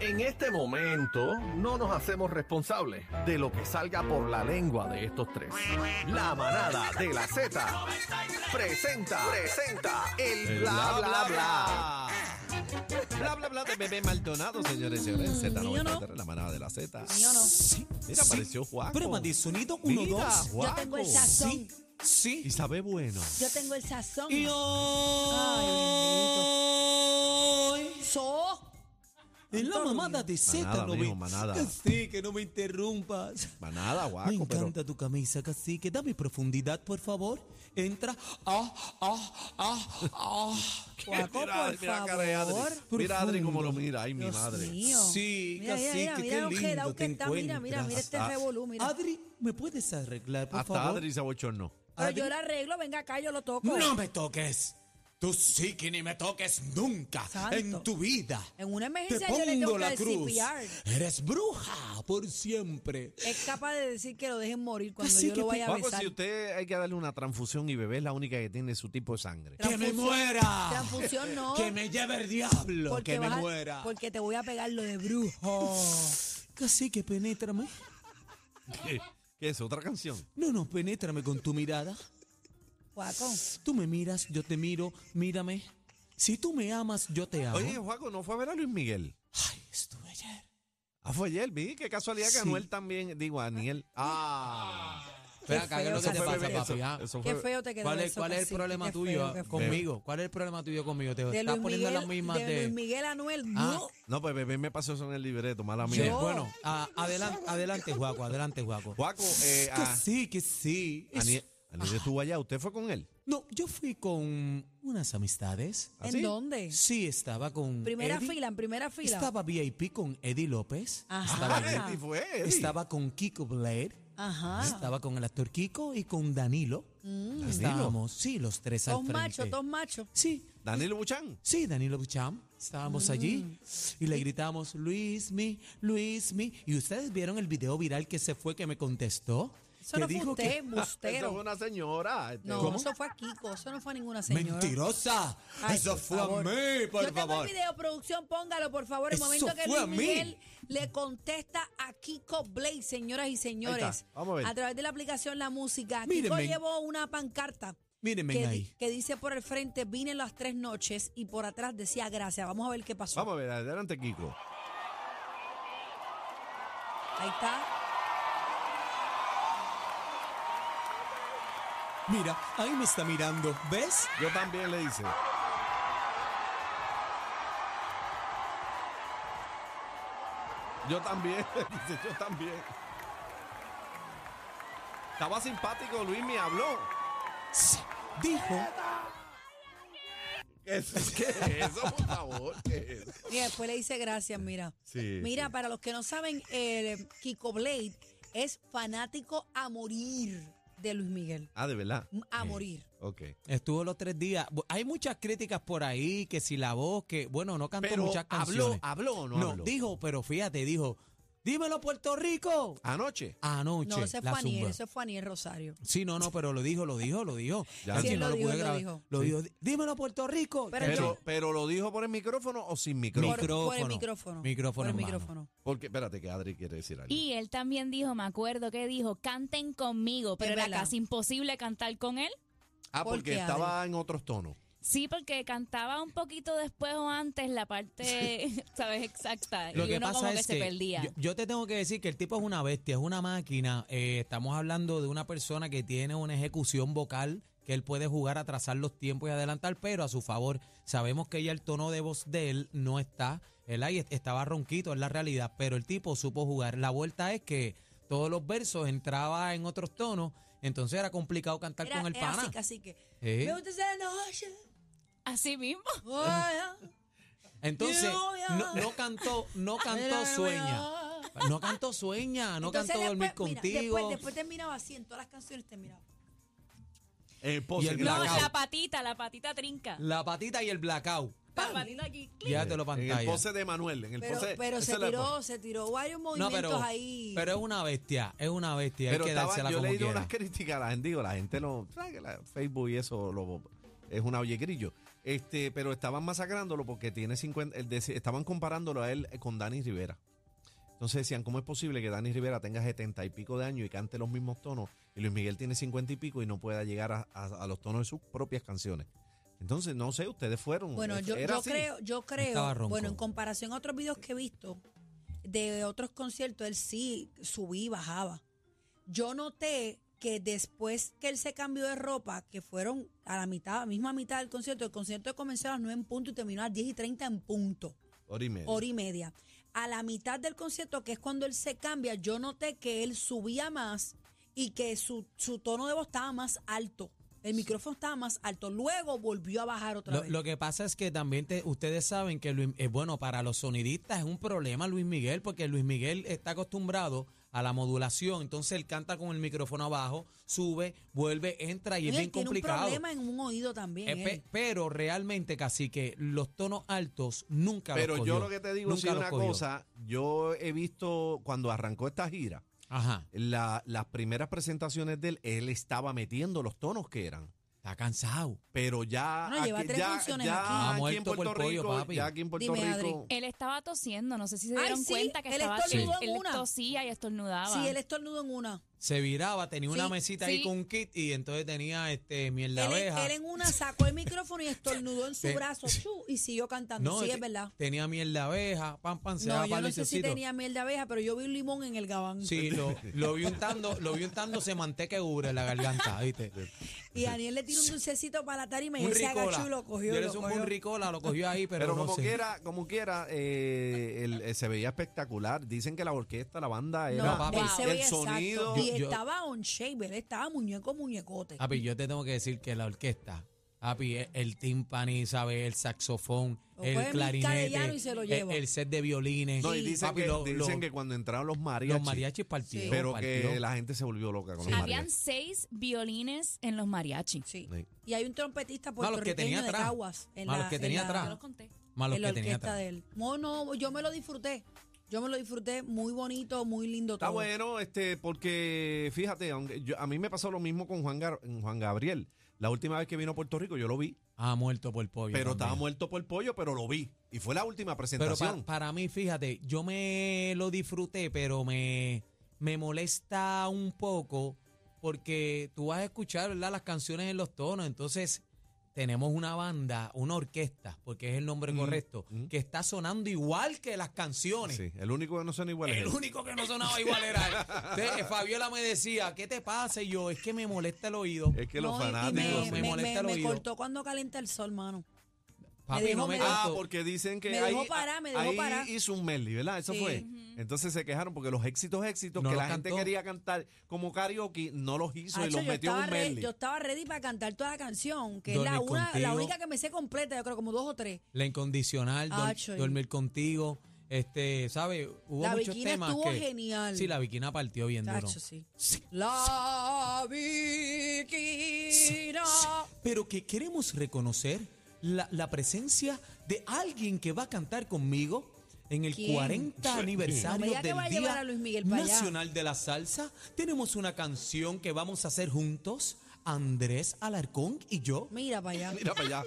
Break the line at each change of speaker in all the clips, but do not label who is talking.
En este momento no nos hacemos responsables de lo que salga por la lengua de estos tres. La manada de la Z presenta, presenta el bla bla bla.
Bla, bla, bla de bebé Maldonado, señores y señores. Z
mío no.
93, la manada de la Z.
Mío no.
Sí, Mira,
sí.
apareció Juaco.
Prueba de sonido Ah,
Mira,
1, 2.
Juaco.
Yo tengo el sazón.
Sí, sí.
Y sabe bueno.
Yo tengo el sazón.
Y hoy.
So.
En la mamada de
Manada,
Z, no
mijo,
me-
manada.
Cacique, que no me interrumpas.
Manada, Guaco.
me encanta tu camisa, cacique. Dame profundidad, por favor. Entra. Ah, ah, ah, ah.
Pero,
Guaco,
mira,
por
mira la cara de
favor.
Adri. Mira a Adri cómo lo mira. Ay, mi
Dios
madre.
Mío.
Sí,
mira, mira,
cacique,
mira,
qué
mira lo
lindo
quedado que
te
está. Mira, mira, mira
encuentras.
este
Ah,
revolú. Mira.
Adri, ¿me puedes arreglar, por
Hasta
favor?
Adri se abochornó.
Pero yo
Adri-
lo arreglo, venga acá, yo lo toco.
No me toques. Tú sí que ni me toques nunca
Santo.
en tu vida.
En una
Te
emergencia yo le tengo
pongo
que
la
dar
cruz.
CPR.
Eres bruja por siempre.
Es capaz de decir que lo dejen morir cuando
Así
yo
que
lo vaya a
Guaco,
besar.
si usted hay que darle una transfusión y bebé es la única que tiene su tipo de sangre.
Que me
Transfusión-
muera.
transfusión no.
Ah, Que me lleve el diablo. que me
vas a-
muera.
Porque te voy a pegar lo de brujo.
Casi que penétrame.
¿Qué? ¿Qué es? ¿Otra canción?
No, no, penétrame con tu mirada.
Guaco.
Tú me miras, yo te miro, mírame. Si tú me amas, yo te amo.
Oye, Juaco, ¿no fue a ver a Luis Miguel?
Ay, estuve ayer.
Ah, fue ayer, vi. Qué casualidad que
Sí.
Anuel también, digo, Aniel. Ah.
Qué
Ven acá, ¿qué es lo
feo,
que te
Cacique.
pasa, papi? ah?
Eso
Qué
fue.
feo te quedó
¿Cuál es,
eso,
cuál es el
Cacique,
problema
qué
tuyo
feo, qué feo.
conmigo? ¿Cuál es el problema tuyo conmigo? Te
De
estás
Luis
poniendo
Miguel-
las mismas de...
de Luis Miguel Anuel.
Ah,
No.
No, pues bebé me pasó eso en el libreto, mala
Sí,
mía.
Yo-
Bueno,
ah,
a- adelan- adelante, Juaco, adelante, Juaco.
Juaco, eh, Ah, a-
Sí, que sí. Es-
Aniel, Aniel estuvo allá, ¿usted fue con él?
No, yo fui con unas amistades.
¿Ah,
¿En
sí?
dónde?
Sí, estaba con.
Primera
Eddie.
fila, en primera fila.
Estaba VIP con Eddie López.
Ajá.
Estaba,
Ah,
yo.
Eddie fue, Eddie.
Estaba con Kiko Blair.
Ajá.
Estaba con el actor Kiko y con Danilo. Estábamos, sí, los tres al
Mm. Dos
frente.
machos, dos machos.
Sí,
Danilo Buchan.
sí, Danilo Bucham. Estábamos
Mm.
allí y le gritamos, Luismi, Luismi. Y ustedes vieron el video viral que se fue que me contestó.
Eso
que
no fue
dijo
usted,
que.
Eso fue
embustero.
una señora. este,
No,
¿cómo?
eso fue a Kiko, eso no fue a ninguna señora.
¡Mentirosa!
Ay,
Eso
por
fue
favor.
a mí, por
Yo tengo
favor.
el video, producción, póngalo, por favor. El
Eso
momento que
fue a
Luis
mí.
Miguel le contesta a Kiko Blade, señoras y señores.
está, vamos a ver.
través de la aplicación La Música. Kiko
Mírenme.
llevó una pancarta.
Mírenme
que, di-
ahí.
que dice por el frente, vine las tres noches y por atrás decía gracias. Vamos a ver qué pasó.
Vamos a ver, adelante, Kiko.
Ahí está.
Mira, ahí me está mirando. ¿Ves?
Yo también le hice. Yo también, dice, yo también. Estaba simpático, Luis me habló.
Sí, Dijo.
¿Qué es, qué es eso, por favor? ¿Qué es eso?
Y después le dice gracias, mira.
Sí,
Mira, para los que no saben, eh, Kiko Blade es fanático a morir de Luis Miguel.
Ah, de verdad. Eh,
A morir.
Ok.
Estuvo los tres días. Bu- Hay muchas críticas por ahí, que si la voz, que bueno, no cantó
Pero
muchas
habló,
canciones.
habló o no, habló.
dijo, pero fíjate, dijo, dímelo Puerto Rico.
Anoche.
Anoche.
No, ese
la
fue Aniel,
zumba.
ese fue Aniel Rosario.
Sí, no, no, pero lo dijo, lo dijo, lo dijo.
Ya.
Es
Sí,
que
él
no
lo dijo,
pude
él lo
grabar.
dijo.
Lo dijo, "Di- dímelo Puerto Rico.
Pero
Pero,
yo-
pero lo dijo por el micrófono o sin micrófono.
Por, por el micrófono.
Micrófono. Micrófono
Por el
en mano.
micrófono.
Porque, espérate, que Adri quiere decir algo.
Y él también dijo, me acuerdo que dijo, canten conmigo, pero
Es
era
verdad.
casi imposible cantar con él.
ah,
¿por
porque
qué, Adri?
estaba en otros tonos.
Sí, porque cantaba un poquito después o antes la parte, ¿sabes? Exacta.
Lo
y
que
uno
pasa
como
es
que se
que
perdía.
Yo, yo te tengo que decir que el tipo es una bestia, es una máquina. Eh, estamos hablando de una persona que tiene una ejecución vocal que él puede jugar, atrasar los tiempos y adelantar, pero a su favor, sabemos que ya el tono de voz de él no está. Él ahí est- estaba ronquito, es la realidad, pero el tipo supo jugar. La vuelta es que todos los versos entraba en otros tonos, entonces era complicado cantar
Era,
con el
era
pana.
así, así que.
¿Eh?
Me gusta esa noche. ah.
Así mismo.
vaya,
Entonces,
Lluvia.
no, no cantó, no cantó
mira,
Sueña.
mira.
No cantó Sueña, no
Entonces,
cantó Dormir
después, mira,
Contigo.
después, después terminaba así, en todas las canciones terminaba.
El pose
Y el
que le
La
No,
blackout.
acabo.
la patita, la patita trinca.
La patita y el blackout.
La patita aquí.
Ya te lo
En el
pantalla.
pose de Manuel. En el
Pero,
pose,
pero
esa
se
es la
tiró,
pose.
se tiró varios
No,
movimientos
pero,
ahí.
pero es una bestia, es una bestia.
Pero
Hay que
estaba,
dársela
yo
como
leí
quiera.
unas críticas a la gente. Digo, la gente lo. ¿sabes que la- Facebook y eso, lo, es una oye grillo. Este, pero estaban masacrándolo porque tiene 50. el de- estaban comparándolo a él eh, con Dani Rivera. Entonces decían, ¿cómo es posible que Dani Rivera tenga 70 y pico de años y cante los mismos tonos y Luis Miguel tiene 50 y pico y no pueda llegar a, a- a los tonos de sus propias canciones? Entonces, no sé, ustedes
Mm,
fueron. eh,
Bueno, yo,
era
yo
así.
creo, yo
Estaba
creo,
ronco.
bueno, en comparación a otros videos que he visto de otros conciertos, él sí subí y bajaba. Yo noté que después que él se cambió de ropa, que fueron a la mitad, a la misma mitad del concierto, el concierto comenzó a las 9 en punto y terminó a las 10 y 30 en punto,
Hora y media.
hora y media. A la mitad del concierto, que es cuando él se cambia, yo noté que él subía más y que su, su tono de voz estaba más alto. El micrófono estaba más alto. Luego volvió a bajar otra
Lo,
vez.
lo que pasa es que también te- ustedes saben que Luis, eh, bueno, para los sonidistas es un problema Luis Miguel, porque Luis Miguel está acostumbrado a la modulación, entonces él canta con el micrófono abajo, sube, vuelve, entra y es
Oye,
bien
tiene
complicado.
un problema en un oído también.
Eh, pe-
él.
pero realmente, casi que los tonos altos nunca
Pero
los
yo
cogió.
lo que te digo
Nunca
es
los
una
cogió.
cosa. Yo he visto cuando arrancó esta gira,
Ajá,
la- las primeras presentaciones de él, él estaba metiendo los tonos que eran.
está cansado.
Pero ya.
No, lleva tres funciones
ya
aquí.
Ha
en
muerto
Puerto
por pollo,
Rico,
papi. Eh,
Ya aquí en Puerto
Dime, Adri.
Rico.
Él estaba tosiendo, no sé si se
Ay,
dieron
sí,
cuenta que
él
estaba
estornudó
tos-
en
él
una.
tosía y
ah,
estornudaba.
Sí, él estornudo en una.
Se viraba, tenía una
Sí,
mesita
sí.
ahí con un kit y entonces tenía este miel de
Él, en-
abeja.
él en una sacó el micrófono y estornudó en su
Te-
brazo chu, y siguió cantando. sí,
te-
es verdad.
Tenía miel de abeja, pam, pam, se
No,
daba
yo no sé si
palichocito.
tenía miel de abeja, pero yo vi un limón en el gabán.
Sí, lo, lo vi untando, lo vi untándose manteca y ubre en la garganta, ¿viste?
Y Daniel le tiró un dulcecito para la tarima y
Un
él se agachó
ricola.
y lo
Yo
cogió.
le
lo
hice un
cogió.
buen ricola, lo cogió ahí, pero,
Pero,
no
como
sé.
quiera, como quiera, eh, el- eh, se veía espectacular. Dicen que la orquesta, la banda era
No,
papi,
él se
el
veía exacto.
sonido.
Y
Yo- Ah, yo-
estaba on shape, él estaba muñeco, muñecote.
Api, yo te tengo que decir que la orquesta, Api, el, el timpani, ¿sabes? El saxofón,
Lo coge
el
Miss
clarinete,
Cadellano y se lo
el-
lleva.
el, set de violines.
No, y dicen,
Papi,
que,
lo-
dicen
lo-
que cuando entraron los mariachis,
los mariachis partieron.
pero que
partieron.
la gente se volvió loca con los
Habían
mariachis.
seis violines en los mariachis.
Sí.
Sí.
Y hay un trompetista
los que tenía
puertorriqueño de
atrás.
Caguas. en
Más los
la-
que
en
tenía
la-
atrás.
Yo los conté.
Malos
en la
que tenía
orquesta
atrás.
de él. No, no, yo me lo disfruté. Yo me lo disfruté muy bonito, muy lindo
Está
todo.
bueno, este, porque fíjate, aunque yo- a mí me pasó lo mismo con Juan, Gar- Juan Gabriel. La última vez que vino a Puerto Rico, yo lo vi,
Ah, muerto por pollo.
pero
también.
estaba muerto por pollo, pero lo vi. Y fue la última
Pero pa-
presentación.
para mí, fíjate, yo me lo disfruté, pero me, me molesta un poco porque tú vas a escuchar ¿verdad? las canciones en los tonos, entonces tenemos una banda, una orquesta, porque es el nombre
Mm,
correcto,
mm.
que está sonando igual que las canciones.
Sí, el único que no son iguales.
El único que no sonaba igual era él. Entonces, eh, Fabiola me decía, ¿qué te pasa? Y yo, es que me molesta el oído.
Es que los
No, y- y
fanáticos.
me,
me
me-
molesta el
me
oído.
cortó cuando calienta el sol, mano.
Papi,
dejó-
no me
me dejó-
Ah,
canto.
porque dicen que
Me
ahí,
dejó parar, me dejó
ahí
parar.
hizo un medley, ¿verdad? Eso
Sí.
fue.
Ujú.
Entonces se quejaron porque los éxitos, éxitos
No
que
los
la gente
cantó.
quería cantar como karaoke, no los hizo
Hacho,
y los
yo,
metió en
estaba
un
re-
medley.
yo estaba ready para cantar toda la canción, que es la,
Dormir
una, la
contigo.
única que me sé completa, yo creo como dos o tres.
La incondicional, dor-
Acho, y-
dormir contigo. Este, ¿sabes? Hubo
La
muchos
Bikina
temas
estuvo
que-
genial.
Sí, la viquina partió bien duro.
Tacho, sí. La viquina.
Pero que queremos reconocer la, la presencia de alguien que va a cantar conmigo en el
¿Quién?
40
No me
aniversario
diga que
del
va a llevar
Día
a Luis Miguel para allá.
Nacional de la Salsa. Tenemos una canción que vamos a hacer juntos, Andrés Alarcón y yo.
Mira para allá.
Mira para allá.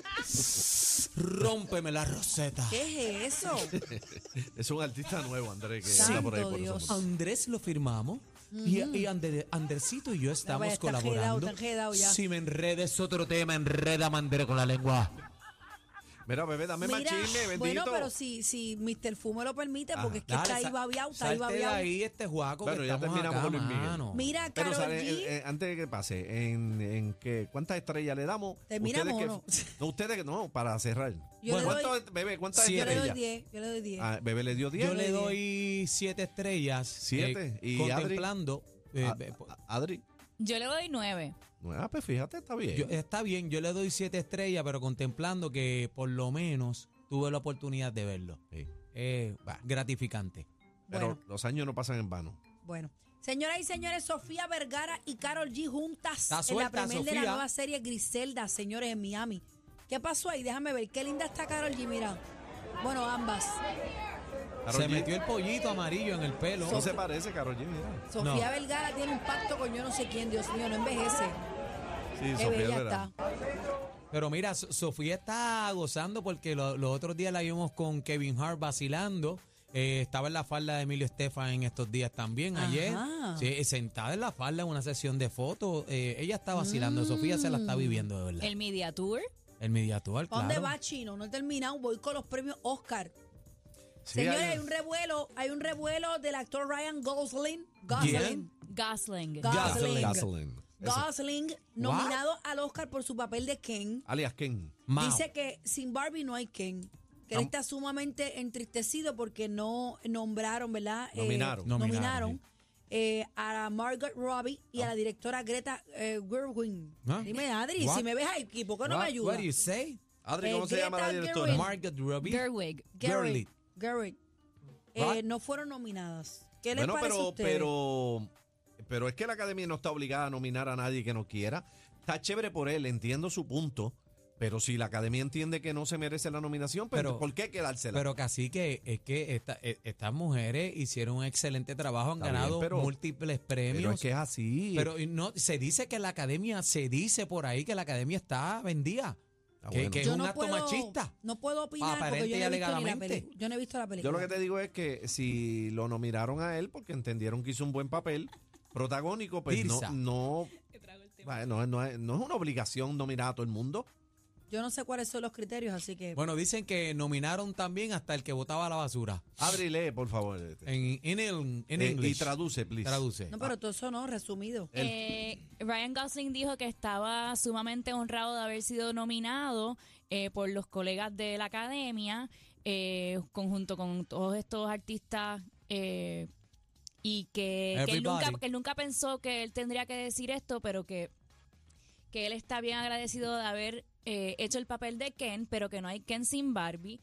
Rómpeme la roseta.
¿Qué es eso?
Es un artista nuevo, Andrés, que
Santo
anda por ahí por
Dios.
nosotros.
Andrés lo firmamos. Y, y Ander- Andercito y yo estamos
vaya, está
colaborando.
enredado, está enredado ya.
Si me enredes otro tema, enreda Mandere con la lengua.
Mira, bebé, dame más
Mira,
chisme, bendito.
bueno, pero si, si Mr. Fumo lo permite,
Ajá.
porque es que
Ah, Dale,
está ahí
sa-
babiado, está ahí
salte de
babiado.
ahí este juaco
Bueno,
que
ya
estamos
terminamos
acá,
con Luis Miguel.
mano.
Mira,
Pero,
Carol
¿sabe?
G.
Eh, eh, antes de que pase, en, en qué, ¿cuántas estrellas le damos?
¿Terminamos
ustedes
o
que, no? ustedes que no, para cerrar.
Yo
Bueno,
le doy,
¿Cuánto- bebé, ¿cuántas
Siete.
yo le doy
estrellas?
10, yo le doy 10.
Ah, bebé le dio 10.
Yo le doy siete estrellas. eh,
Siete. ¿Y Adri? Ah,
contemplando. eh,
A-
eh,
pues.
po-
a- Adri.
Yo le doy nueve.
Ah, pues fíjate, está bien.
eh,
yo- está bien, yo le doy siete estrellas, pero contemplando que por lo menos tuve la oportunidad de verlo.
Sí.
Eh, gratificante.
Pero
Bueno.
los años no pasan en vano.
Bueno, señoras y señores, Sofía Vergara y Carol G juntas
Está suelta,
en la primera de la
Sofía.
nueva serie Griselda, señores, en Miami. ¿Qué pasó ahí? Déjame ver. Qué linda está Carol G, mira. Bueno, ambas.
Karol
Se
G,
metió el pollito amarillo en el pelo.
No se parece, Carol G, mira.
Sofía Vergara tiene un pacto con yo no sé quién, Dios mío, no envejece.
Sí,
Qué bella
Vergara.
eh, está.
Pero mira, So- Sofía está gozando porque lo- los otros días la vimos con Kevin Hart vacilando. Eh, estaba en la falda de Emilio Estefan en estos días también, ayer.
Ajá.
Sí, eh, sentada en la falda en una sesión de fotos. Eh, ella está vacilando. Sofía se la está viviendo, de verdad.
El
El,
Media Tour.
media
¿Para
tour, claro.
dónde va Chino? No he terminado, voy con los premios Oscar.
Sí,
Señores,
hay-
hay un revuelo, hay un revuelo del actor Ryan Gosling. Gosling.
Gosling.
Go- Gasoline.
Gasoline. Ese.
Gosling, nominado al Oscar por su papel de Ken.
Alias Ken.
Mao.
Dice que sin Barbie no hay Ken. Que él
Am-
está sumamente entristecido porque no nombraron, ¿verdad? Eh,
Nominaron.
nominaron,
Nominaron,
eh, a Margaret Robbie y a la directora Greta eh, Gerwig.
Ah.
Dime, Adri,
What?
si me ves aquí, ¿por qué no
What-
me ayudas?
What do you say?
Adri,
Eh,
¿cómo se llama la
Greta
directora?
Gerwig.
Margaret Robbie.
Gerwig.
Gerwig.
Gerwig. Gerwig. Eh,
What?
no fueron nominadas. ¿Qué les
Bueno,
parece a
pero,
ustedes?
pero, pero es que la academia no está obligada a nominar a nadie que no quiera. Está chévere por él, entiendo su punto. Pero si la academia entiende que no se merece la nominación, pues,
Pero-
¿por qué quedársela?
Pero casi que es que esta- e- estas mujeres hicieron un excelente trabajo, han
Está bien,
ganado
pero-
múltiples premios.
Pero es que es así.
Pero no, se dice que la academia, se dice por ahí que la academia está vendida.
Ah,
que-
bueno.
que- es un acto machista.
No puedo opinar porque
Aparente
yo
y
no, he visto ni la
alegadamente.
peli- yo no he visto la película.
Yo lo que te digo es que si lo nominaron a él porque entendieron que hizo un buen papel protagónico, pues no,
Tirsa.
no, bueno, no, es- no es una obligación nominar a todo el mundo.
Yo no sé cuáles son los criterios, así
Eh,
que.
Bueno, dicen que nominaron también hasta el que botaba la basura.
Abre y lee, por favor. este.
En, en, el- en
Eh, y
English.
traduce, please.
Traduce.
no, pero todo eso no, resumido.
El-
Eh, Ryan Gosling dijo que estaba sumamente honrado de haber sido nominado eh, por los colegas de la academia, eh, conjunto con todos estos artistas. eh, y que, que él nunca,
Everybody.
que él nunca pensó que él tendría que decir esto, pero que, que él está bien agradecido de haber eh, hecho el papel de Ken, pero que no hay Ken sin Barbie.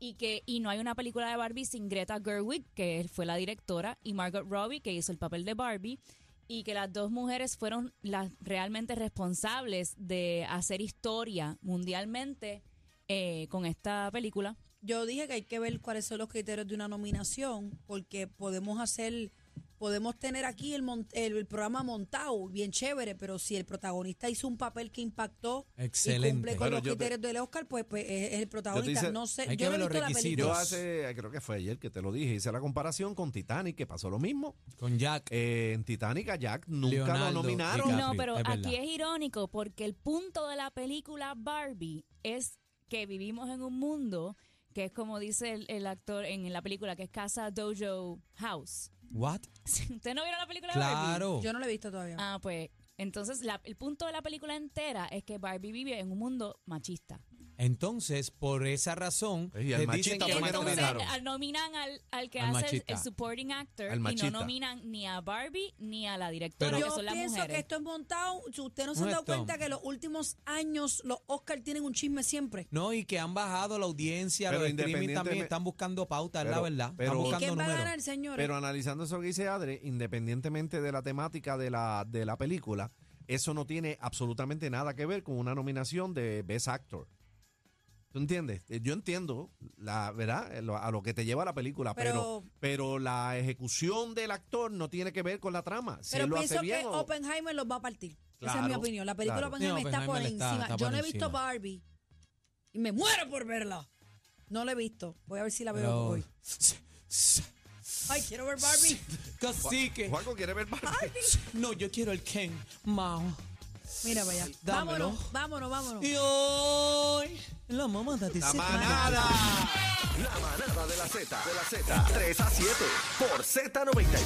Y que y no hay una película de Barbie sin Greta Gerwig, que fue la directora, y Margot Robbie, que hizo el papel de Barbie y que las dos mujeres fueron las realmente responsables de hacer historia mundialmente eh, con esta película.
Yo dije que hay que ver cuáles son los criterios de una nominación, porque podemos hacer, podemos tener aquí el, mon- el, el programa montado, bien chévere, pero si el protagonista hizo un papel que impactó y
Excelente.
cumple con
Bueno,
los
yo te-
criterios del Oscar, pues, pues, es, es el protagonista.
hice-
no sé,
hay que
yo no he
ver los
visto la
requisitos.
Yo
película.
hace, creo que fue ayer que te lo dije, hice la comparación con Titanic, que pasó lo mismo.
Con Jack.
Eh, en Titanic a Jack nunca
Leonardo
lo nominaron.
DiCaprio.
no, pero
es verdad.
aquí es irónico porque el punto de la película Barbie es que vivimos en un mundo que es como dice el, el actor en la película, que es Casa Dojo House.
What?
¿Ustedes no vieron la película de Barbie?
Claro.
Yo no la he visto todavía.
Ah, pues entonces la- el punto de la película entera es que Barbie vive en un mundo machista.
Entonces, por esa razón,
Eh, Y al
les dicen
machista
que
fue que
no
Entonces
nominaron.
al- nominan al, al que
Al
hace el-
machista.
el, supporting actor
Al
y no
machista.
nominan ni a Barbie ni a la directora,
Pero-
que
yo
son las
pienso
mujeres.
que esto es montado. Si ustedes no se
No
han
es
dado cuenta
Tom.
que los últimos años los Oscar tienen un chisme siempre.
No, y que han bajado la audiencia,
Pero
los streaming también
independientemente-
están buscando pautas, es la
Pero-
verdad.
pero-
están
¿Y
¿Y
buscando
quién va a
números.
ganar, señores?
Pero analizando eso que dice Adre, independientemente de la temática de la, de la película, eso no tiene absolutamente nada que ver con una nominación de Best Actor. ¿Tú entiendes? Eh, Yo entiendo, la verdad, Eh, Lo- a lo que te lleva la película, pero,
Pero-
pero, la ejecución del actor no tiene que ver con la trama. Si
Pero
él lo hace
pienso
bien
que
o-
Oppenheimer los va a partir. Esa es mi
Claro,
opinión. La película
claro.
Oppenheimer,
Sí,
está por
Oppenheimer está-
encima.
está
Yo
por
no he visto
encima.
Barbie y me muero por verla. No la he visto. Voy a ver si la veo
Pero-
hoy. Ay, quiero ver Barbie.
Cacique.
Juanco quiere ver Barbie.
No, yo quiero el Ken. Mao.
Mira, vaya.
Dámelo.
Vámonos, vámonos, vámonos.
Y hoy la mamada de
¡La
Zetman.
manada!
La manada de la Z, de la Z, 3 a 7 por Z93.